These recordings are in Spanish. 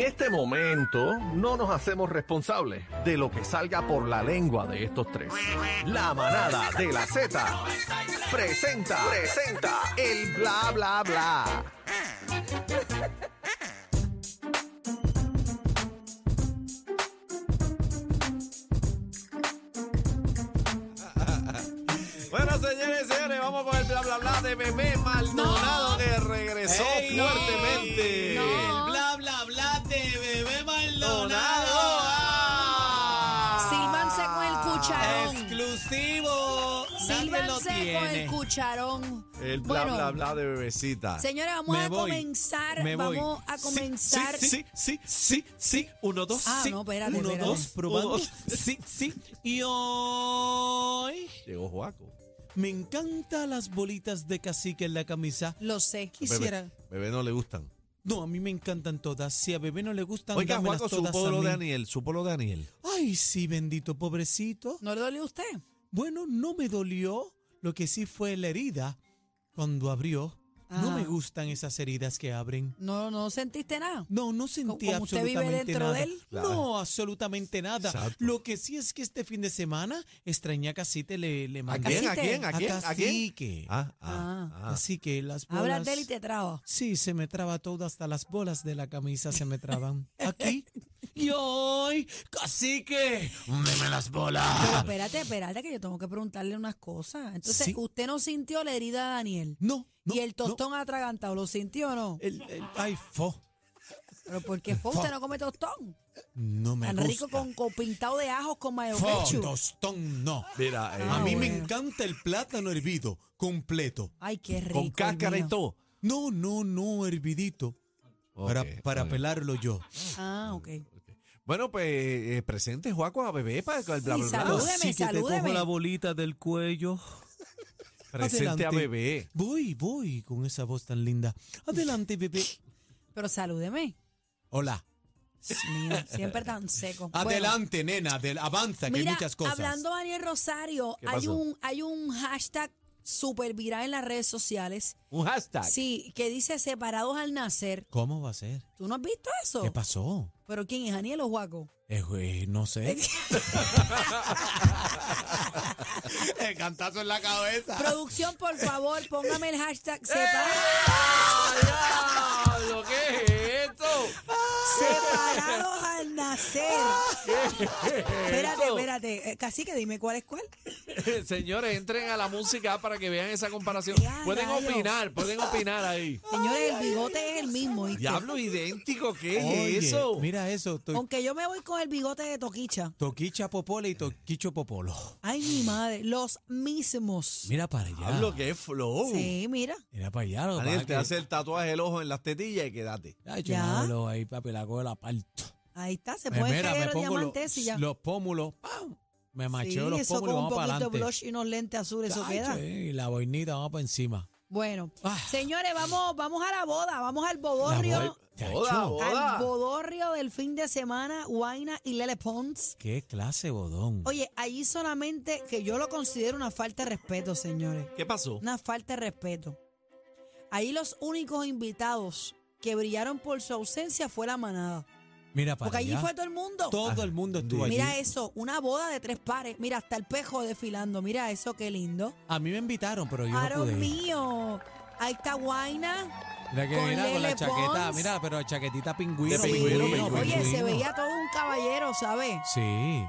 este momento no nos hacemos responsables de lo que salga por la lengua de estos tres. La manada de la Z presenta, presenta el bla bla bla. Bueno, señores y señores, vamos con el bla bla bla de Bebé Maldonado que regresó Ey, fuertemente. El bla bla bla de bebé Maldonado. Maldonado. Ah. Sílvanse con el cucharón. Exclusivo. Nadie lo Sílvanse con tiene. el cucharón. El bla Bueno, bla bla de bebecita. Señores, vamos Me a voy, comenzar. me voy. Vamos a Sí, comenzar. Sí, sí, sí, sí, sí. Uno, dos, Ah, sí. no, espérate, Uno, espérate. dos, probando. Uno, dos. Sí, sí. Y hoy Llegó Juaco. me encantan las bolitas de cacique en la camisa. Lo sé. Quisiera... Bebé no le gustan. No, a mí me encantan todas. Si a bebé no le gustan, Oiga, dámelas Juaco todas supo a lo mí. de Daniel, supo lo de Daniel. Ay, sí, bendito, pobrecito. ¿No le dolió a usted? Bueno, no me dolió. Lo que sí fue la herida cuando abrió. No Ajá. me gustan esas heridas que abren. No, no sentiste nada. No, no sentí como usted vive absolutamente dentro nada. de él? No, absolutamente nada. Exacto. Lo que sí es que este fin de semana extrañé a Casite le, le ¿A mandé. quién? ¿A Cacique. quién? ¿A A quién? ¿A quién? Cacique. Ah, ah, ah. Así que las bolas. Hablas de él y te traba. Sí, se me traba todo, hasta las bolas de la camisa se me traban. Aquí. Y hoy, Cacique. Deme las bolas. Pero espérate, espérate, que yo tengo que preguntarle unas cosas. Entonces, Ah. Sí. ¿usted no sintió la herida de Daniel? No, no. Eh, ¿Y el no. tostón atragantado lo sintió o no? El, el- ay, fo. ¿Pero por qué fue? ¿Usted no come tostón? No me Tan gusta. rico con, con pintado de ajos con mayo Fo, ketchup. tostón, no. Mira, eh, a mí Ah, bueno. me encanta el plátano hervido, completo. Ay, qué rico. con el cáscara y mío. todo. No, no, no, hervidito. para Ok, para ok. pelarlo yo. Ah, ok. Bueno, pues eh, presente Juaco a Bebé para el bla Y bla bla. salud. Salúdeme, Así que te salúdeme. cojo la bolita del cuello. Presente a Adelante. Bebé. Voy, voy con esa voz tan linda. Adelante, bebé. Pero salúdeme. Hola. Dios mío, siempre tan seco. Bueno, Adelante, nena. adel- avanza, que mira, hay muchas cosas. Hablando de Daniel Rosario, ¿Qué hay pasó? un, hay un hashtag super viral en las redes sociales. Un hashtag. Sí, que dice separados al nacer. ¿Cómo va a ser? ¿Tú no has visto eso? ¿Qué pasó? ¿Pero quién es Daniel o Juaco? Eh, eh, no sé. el cantazo en la cabeza. Producción, por favor, póngame el hashtag separa- ¡Diablo! ¿Qué es esto? Eh. separados al nacer. Espérate, espérate. Eh, Cacique, dime cuál es cuál. Señores, entren a la música para que vean esa comparación. Ya, pueden rayos. opinar, pueden opinar ahí. Señores, el bigote es el mismo. ¿oíste? Diablo idéntico, ¿qué Oye, es eso? Mira eso. to- Aunque yo me voy con el bigote de Toquicha. Toquicha Popola y Toquicho Popolo. Ay, Mm. mi madre, los mismos. Mira para allá. Diablo, qué Mm. flow. Sí, mira. Mira para allá. Lo Daniel, que te hace el tatuaje del ojo en las tetillas y quédate. Ay, Ya. chulo, ahí, papi, la cola parto. Ahí está, se Me- pueden Eh, Pues mira, caer me los pongo lo- diamantes y ya. los pómulos. ¡pam! Me macheo sí, los eso pómulos, con un vamos para poquito de adelante. blush y unos lentes azules, eso Ay, queda. che, Y la boinita, vamos para encima. Bueno, Ah. señores, vamos, vamos a la boda, vamos al La bodorrio, boi- Chacho, Boda, boda. al bodorrio del fin de semana, Huayna y Lele Pons. Qué clase bodón. Oye, allí solamente que yo lo considero una falta de respeto, señores. ¿Qué pasó? Una falta de respeto. Ahí los únicos invitados que brillaron por su ausencia fue la manada. Mira para Porque allí allá. fue todo el mundo. Ah, Todo el mundo estuvo allí. Mira eso, una boda de tres pares. Mira, hasta el pejo desfilando. Mira eso, qué lindo. A mí me invitaron, pero yo no Aaron pude. ir. mío. Ahí está Guaina. Mira que con mira con la Lele chaqueta, Pons. mira, pero chaquetita pingüino, De pingüino, pingüino. Oye, se pingüino. veía todo un caballero, ¿sabes? Sí.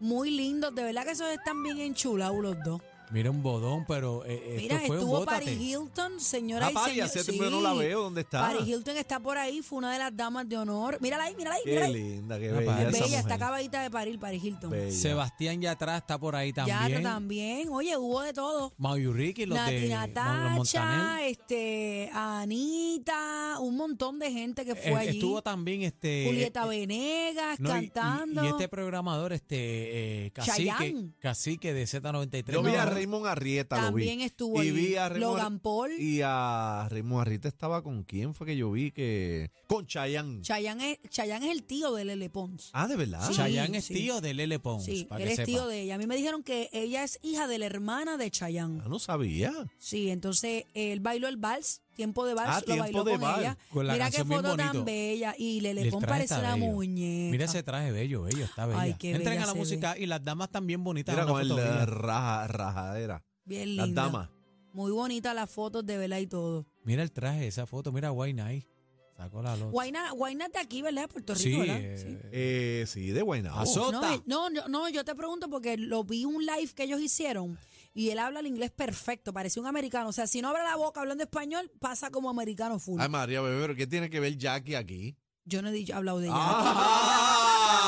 Muy lindo. De verdad que esos están bien enchulados los dos. Mira un bodón, pero eh, Mira, esto fue un estuvo bótate. Paris Hilton, señora Ah, y papi, señor. hace tiempo que no la Sí. veo. ¿Dónde está? Paris Hilton está por ahí, fue una de las damas de honor. Mírala ahí, mírala ahí, mírala Qué ahí. linda, qué Una bella, pareja. esa Bella, está mujer. acabadita de parir, Paris Hilton. Bella. Sebastián ya atrás está por ahí Ya, también. tú también. Oye, hubo de todo. Mayuriki, los Nati de Mon- los Natacha, Montaner. este, Anita, un montón de gente que fue Eh, allí. Estuvo también este Julieta eh, Venegas no, y- y- cantando. Y, este programador este eh, cacique, Chayanne. cacique de Z93. Yo vi a No, Raymond Arrieta, También lo vi. estuvo y vi allí. a Raymond Logan Paul. Ar- Y a Raymond Arrieta estaba con quién fue que yo vi que... Con Chayanne. Chayanne es, Chayanne es el tío de Lele Pons. ah, ¿de verdad? Sí. Chayanne es sí. tío de Lele Pons, sí, para él que es sepa. tío de ella. A mí me dijeron que Ah. ella es hija de la hermana de Chayanne. Ah, no sabía. Sí, entonces él bailó el vals Tiempo de vals Ah, lo Tiempo bailó de con Vals. ella. Con la Mira qué canción bien foto tan bonito. bella. Y Y le el Pon traje parece está una bello. muñeca. Mira ese traje bello, bello, está bello. Ay, qué Entren bella a la se música y las damas están bien bonitas. Mira una con el eh, foto la bella. raja, rajadera. Bien Las linda. damas. Muy bonita las fotos de vela y todo. Mira el traje, esa foto, mira a Guayna ahí. Sacó la lota. Guayna, Guayna es de aquí, ¿verdad? De Puerto Rico, sí, ¿verdad? eh, Sí. Eh, sí, de Guaynabo. Azota. No, eh, no, no, no, yo te pregunto porque lo vi un live que ellos hicieron y él habla el inglés perfecto, parece un americano. O sea, si no abre la boca hablando español, pasa como americano full. Ay, María, bebé, pero ¿qué tiene que ver Jackie aquí? yo no he dicho, hablado de ella. Ah.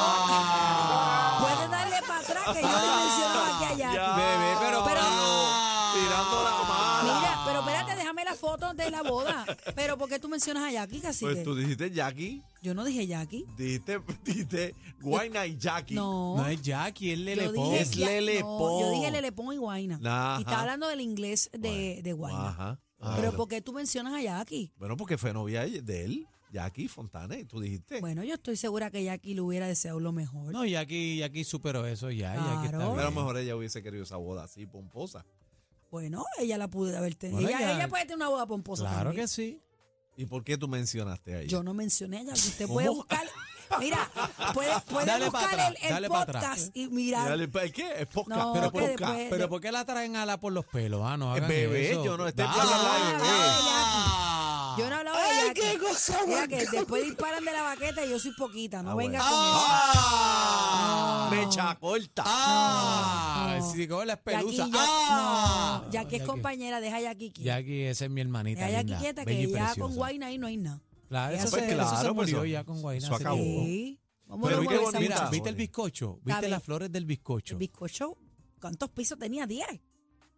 Ah. Puedes darle para atrás que yo Ah. te mencionaba aquí a Jackie. Bebé, pero, Ah. Pero- tirando la mala. Mira, pues, pero espérate, déjame la foto de la boda. Pero ¿por qué tú mencionas a Jackie, cacique? Pues tú dijiste Jackie, Yo no dije Jackie. dijiste, dijiste Guayna y Jackie. No. no es Jackie, es Lele yo Pons. dije, Es ya- Lele no, Pons. yo dije Lelepón y Guaina. Ajá. Y está hablando del inglés de, de Guaina. Ajá. Ah, Ah, Pero pues- ¿por qué tú mencionas a Jackie? Bueno, porque fue novia de él, Jackie Fontana, y tú dijiste. Bueno, yo estoy segura que Jackie le hubiera deseado lo mejor. No, Jackie, Jackie superó eso ya. Jackie está Claro. Pero bien. a lo mejor ella hubiese querido esa boda así, pomposa. Bueno, ella la pudo haber tenido. Bueno, ella, ya- ella puede tener una boda pomposa. Claro también. que sí. ¿Y por qué tú mencionaste a ella? Yo no mencioné a Jackie. Usted puede ¿Cómo? buscar. Mira, puede, puede Oh. Dale pa' buscar atrás, el, el dale pa' atrás. podcast y Y mirar. dale, ¿pa- ¿Qué? Es podcast. No, pero que podcast. después- Eh, Pero de- ¿por qué la traen a la por los pelos? Ah, no, Es hagan bebé, eso. Ah. yo no estoy Va. hablando de bebé. Ah. Ah, Yo no hablaba de Jackie. Mira que después disparan de la baqueta y yo soy poquita. No Ah, venga bueno. con eso. ¡Ah! Mecha corta. ¡Ah! No, no. Si con la Jackie, espeluza. ya- ¡Ah! no, Jackie es compañera, deja a Jackie quieta. Jackie, esa es mi hermanita. Deja a Jackie linda, quieta bella que y ya preciosa. con Guaina ahí no hay nada. Claro, Ella eso, se- se, Pues eso se claro, pues murió eso- ya con Guayna. eso hace acabó. tiempo. Sí. Vamos Pero a vi que mover esa bonita. Mira, muchacha. ¿viste el bizcocho? ¿Viste bien. las flores del El bizcocho? bizcocho, ¿cuántos pisos tenía? 10.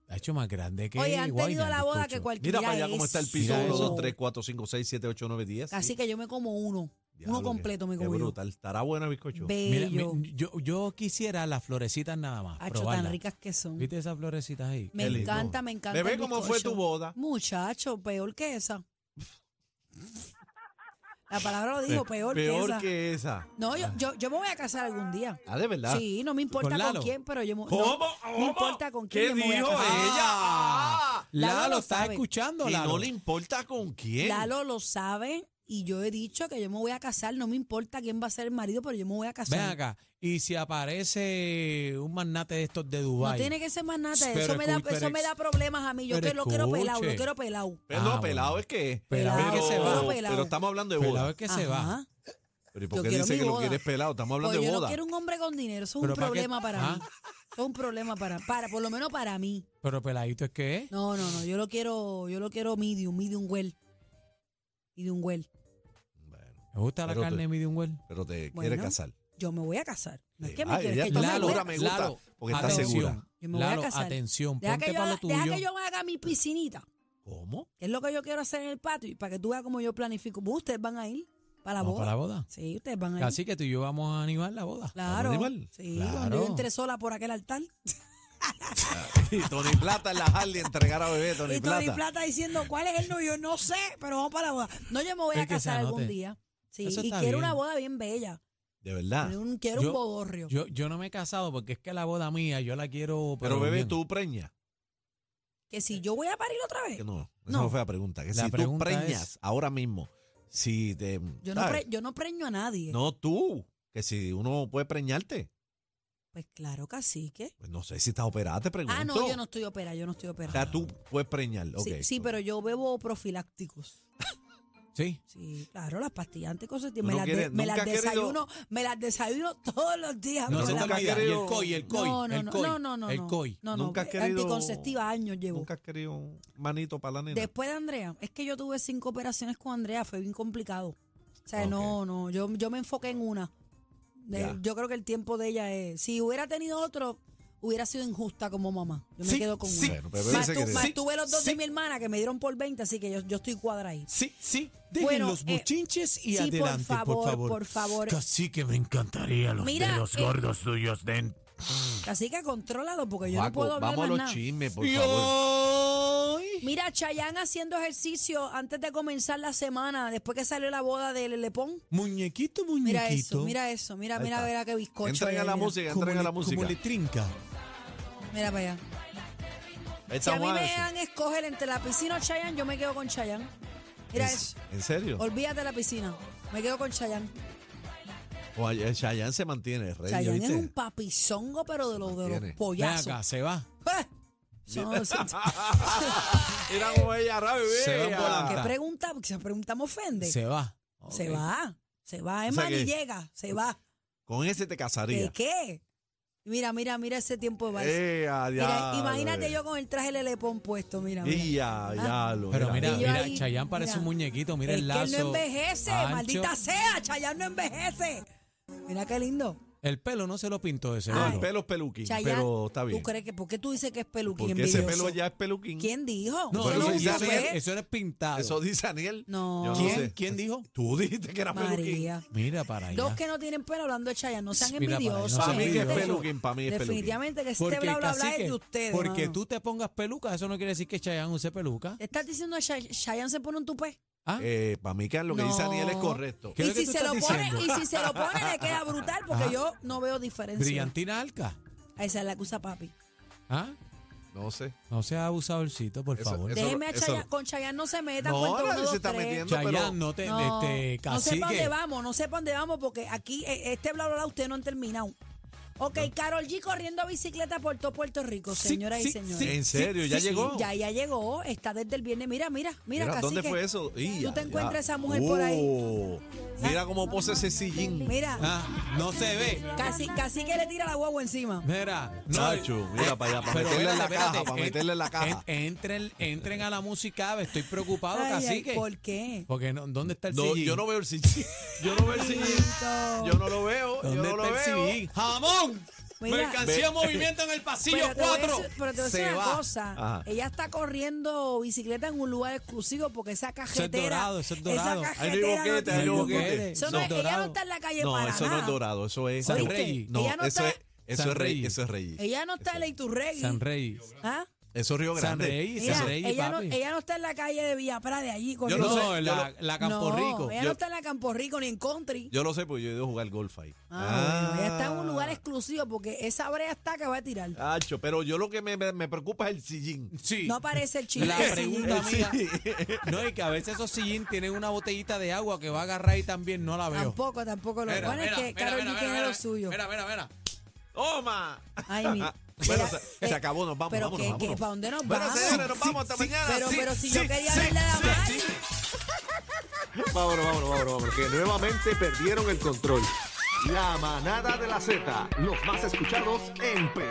Ha hecho más grande que Oye, han tenido Guayna, el la boda bizcocho. que cualquiera. Mira para allá cómo está el piso. Mira 1, eso. 2, 3, 4, 5, 6, 7, 8, 9, 10. Así que yo me como uno. uno completo me Qué como yo. brutal. Estará buena, bizcocho. Mira, Bello. mi- yo, yo quisiera las florecitas nada más. Hacho, probarlas. tan ricas que son. ¿Viste esas florecitas ahí? Me Qué lindo. encanta, me encanta. Bebé, el ¿cómo fue bizcocho. tu boda? Muchacho, peor que esa. La palabra lo dijo, peor, que esa. que esa. No, Ah. yo, yo, yo me voy a casar algún día. Ah, de verdad. Sí, no me importa con, Lalo? quién, pero yo me, no, ¿Cómo? no ¿Cómo? importa con ¿Qué quién yo me dijo voy a casar. Ah. ella? Lalo Lalo, lo estás sabe. escuchando, Y Lalo. no le importa con quién. Lalo lo sabe y yo he dicho que yo me voy a casar, no me importa quién va a ser el marido, pero yo me voy a casar. Ven acá. Y si aparece un magnate de estos de no Dubái. tiene que ser más nada, eso, Pero me, da, escu- pero eso me ex- da problemas a mí, yo pero que lo quiero pelado, lo escuche. quiero pelado. Pero no, Ah, pelado bueno. es que es. Pelado es que se va. Pero, Pelado. pero estamos hablando de Pelado boda. es pues que se va. Ajá. Pero Yo ¿y por qué quiero dice mi que lo boda. quieres pelado? Estamos hablando Pues de yo no boda. quiero un hombre con dinero, eso es Pero un ¿para qué- problema para, Ah. mí. Eso es un problema para, para, por lo menos para mí. Pero peladito es que es. No, no, no, yo lo quiero, yo lo quiero medium, medium well. Medium well. Bueno, Me gusta la Pero tú- carne de medium well. pero te Bueno. quiere casar. Yo me voy a casar. No es que me Ah, quiero, es ella que está yo me Lalo, voy a me gusta porque está segura. Yo me voy a Lalo, casar. atención, Deja ponte que, yo, para haga- lo tuyo. deja que yo haga mi piscinita, ¿Cómo? que es lo que yo quiero hacer en el patio, y para que tú veas cómo yo planifico. Pues ustedes van a ir para la Vamos boda. para la boda. Sí, ustedes van a ir. Así que tú y yo vamos a animar la boda. claro. ¿Vamos a animar? Sí, Claro. cuando yo entré sola por aquel altar. Y Tony Plata en la Harley entregar a bebé, Tony y Tony Plata. Plata. diciendo, ¿cuál es el novio? No sé, pero vamos para la boda. No, yo me voy Es a que se casar algún anote. día. Sí, Eso y está quiero una bien. Ah, boda bien bella. De verdad. Quiero un- quiero Yo- un bodorrio. Yo, yo no me he casado porque es que la boda mía yo la quiero. Pero bebé, bien. tú preñas. que si yo voy a parir otra vez. Que no, esa No. no, fue la pregunta. Que La si pregunta tú preñas es- ahora mismo, si te. Yo no, ¿sabes? pre- yo no preño a nadie. No tú, que si uno puede preñarte. Pues claro, cacique. Pues no sé si estás operada, te pregunto. Ah, no, yo no estoy operada, yo no estoy O operada. sea, tú puedes preñar. Sí, ok. sí, pero yo bebo profilácticos. Sí. Sí, claro, las pastillas anticonceptivas. Tú Me, no las, de- quieres- me nunca las has querido- desayuno, me las desayuno todos los días. No me se te las- nunca olvida. Y el creo- COI, el COI. no, no, el no, COI, no, no, no, El no. COI. No, no, Nunca has querido- Anticonceptiva años llevo. Nunca has querido un manito para la nena. Después de Andrea, es que yo tuve cinco operaciones con Andrea, fue bien complicado. O sea, Ok. no, no, yo, yo me enfoqué en una. De- Ya. Yo creo que el tiempo de ella es. Si hubiera tenido otro, hubiera sido injusta como mamá. Yo me Sí, quedo con sí, una. Bueno, pero Más, dice tu- que- más sí, tuve los dos de sí. mi hermana que me dieron por 20, así que yo, yo estoy cuadra ahí. Sí, sí. Dejen Bueno, los eh, bochinches y sí, por adelante, por favor, favor, por favor. Casi que me encantaría los Mira, dedos eh, gordos suyos de. Así que contrólalo porque yo no Juaco, puedo hablar vamos a más los nada. chismes, por Y favor. hoy- Mira, Chayán haciendo ejercicio antes de comenzar la semana, después que salió la boda de Lelepón. Muñequito, muñequito. Mira eso, mira eso, mira, Ahí mira, está. mira qué bizcocho. Entren a es, la mira. música, Como entren a le- la música. Como le trinca. Mira para allá. En Si a San mí Juan, me eso. dan escoger entre la piscina o Chayanne, yo me quedo con Chayanne. Mira eso. ¿En serio? Olvídate de la piscina. Me quedo con Chayanne. O allá- Chayanne se mantiene, rey, Chayanne es ¿oíste? un papizongo, pero de los, de los mantiene. Ven pollazos. acá, se va. ¡Eh! Eso no se- Mira cómo ella rabia, Se va vea. volando. ¿Qué está. pregunta? Porque esa pregunta me ofende. Se va. Se Ok. va. Se va. Es O sea más, ni que- llega. Se va. Con ese te ¿De casaría. qué? Mira, mira, mira ese tiempo de baile. Eh, a Mira, diablo, imagínate bebé. yo con el traje Lelepón puesto, mira, mira. Y a diablo, Pero mira, Y yo mira, ahí, Chayanne parece mira. un muñequito, mira es el que lazo. él no envejece, ancho. maldita sea, Chayanne no envejece. Mira qué lindo. El pelo no se lo pintó ese. No, Ay. el pelo es peluquín, Chayanne, pero está bien. ¿tú crees que por qué tú dices que es peluquín Porque ese envidioso? pelo ya es peluquín. ¿Quién dijo? No, Pero Eso eso, eso nunca dice eso, fue. era- eso era pintado. Eso dice Aniel. No. Yo ¿Quién? sé. ¿Quién dijo? Tú dijiste que era peluquín. María. Mira para allá. Dos que no tienen pelo hablando de Chayanne, no sean Mira para allá, no envidiosos. sean Para mí que es envidiosos. peluquín, para mí es peluquín. Definitivamente que este bla bla bla es cacique, de ustedes. porque mano. Eh, tú te pongas peluca, eso no quiere decir que Chayanne use peluca. ¿Estás diciendo que Chay- Chayanne se pone un tupé? ¿Ah? Eh, para mí que lo que dice No. Aniel es correcto. ¿Qué es Y lo que si, tú se lo estás pone, y diciendo? si se lo pone, le queda brutal porque Ajá. yo no veo diferencia. Brillantina alca. Esa es la que usa papi. ¿Ah? No sé. No seas abusadorcito, por Eso- favor. eso- Déjeme a eso- Chayanne. Con Chayanne no se metan. No, cuento nadie uno, se dos, está tres. metiendo. Chayanne, pero- no te No, este, no sé cacique. para dónde vamos, no sé para dónde vamos porque aquí eh, este bla bla bla ustedes no han terminado. Ok, Carol G corriendo a bicicleta por todo Puerto Rico, Sí, señoras sí, y señores. sí, ¿En sí, serio? ¿Ya sí, llegó? Ya, ya llegó, está desde el viernes. Mira, mira, mira, Mira, ¿Dónde cacique. fue eso? Y Tú ya, te ya. encuentras esa mujer por ahí. Oh, Mira cómo pose ese sillín. Mira, Ah, no se ve. casi, casi que le tira la guagua encima. Mira, no, Chacho, mira para allá, para Pero meterle en la espérate, caja, espérate, para en- meterle en la caja. en- entren, entren a la música, estoy preocupado, Ay, ay, cacique. ¿Por qué? Porque no, ¿dónde está el No, sillín? yo no veo el sillín. Yo no veo el sillín. Lindo. Yo no lo veo. Yo ¿Dónde no está lo el veo. sillín? ¡Jamón! Mira. Mercancía en Ve- movimiento en el pasillo Pero te voy a 4. decir- pero te voy a decir Se una va. cosa. Ajá. Ella está corriendo bicicleta en un lugar exclusivo porque esa cajetera. dorado, eso es dorado. Esa Ahí no hay cajetera. no boquete, tiene- ahí no hay boquete. Eso Eso no es es- ella no dorado. está en la calle No, para eso no es nada. dorado. Eso es. San ¿Oíste? Rey. No, ella no eso está, es. Eso San es rey. Rey. Eso es rey. ella no está en Leiturregui. San Reyes. ¿Ah? Eso es Río San Grande. Reyes, Mira, San Reyes, ella, no, papi. ella no está en la calle de Villapra de allí. no, Yo no corriendo. sé, yo la, la Campo No, Rico. Ella no Yo- está en la Campo Rico ni en Country. Yo lo sé porque yo he ido a jugar golf ahí. Ah, bueno, ella está en un lugar Ah, exclusivo porque esa brea está que va a tirar. Acho, Ah, pero yo lo que me, me- me preocupa es el sillín. Sí. No aparece el chiste. la Sí. pregunta mía. No, y que a veces esos sillín tienen una botellita de agua que va a agarrar y también no la veo. Tampoco, tampoco lo bueno es que Carol G tiene lo suyo. Mira, mira, mira. ¡Toma! Ay, mi. Bueno, Mira, se, se eh, acabó, nos vamos, pero vámonos, que- que vámonos. ¿pa' dónde nos Bueno, vamos? señores, nos Ah. Sí, vamos hasta sí, mañana. pero- Sí, pero si sí, yo quería sí, hablarle a sí, Damar. sí. Vámonos, vámonos, vámonos, vámonos, que nuevamente perdieron el control. La manada de la Z, los más escuchados en PR.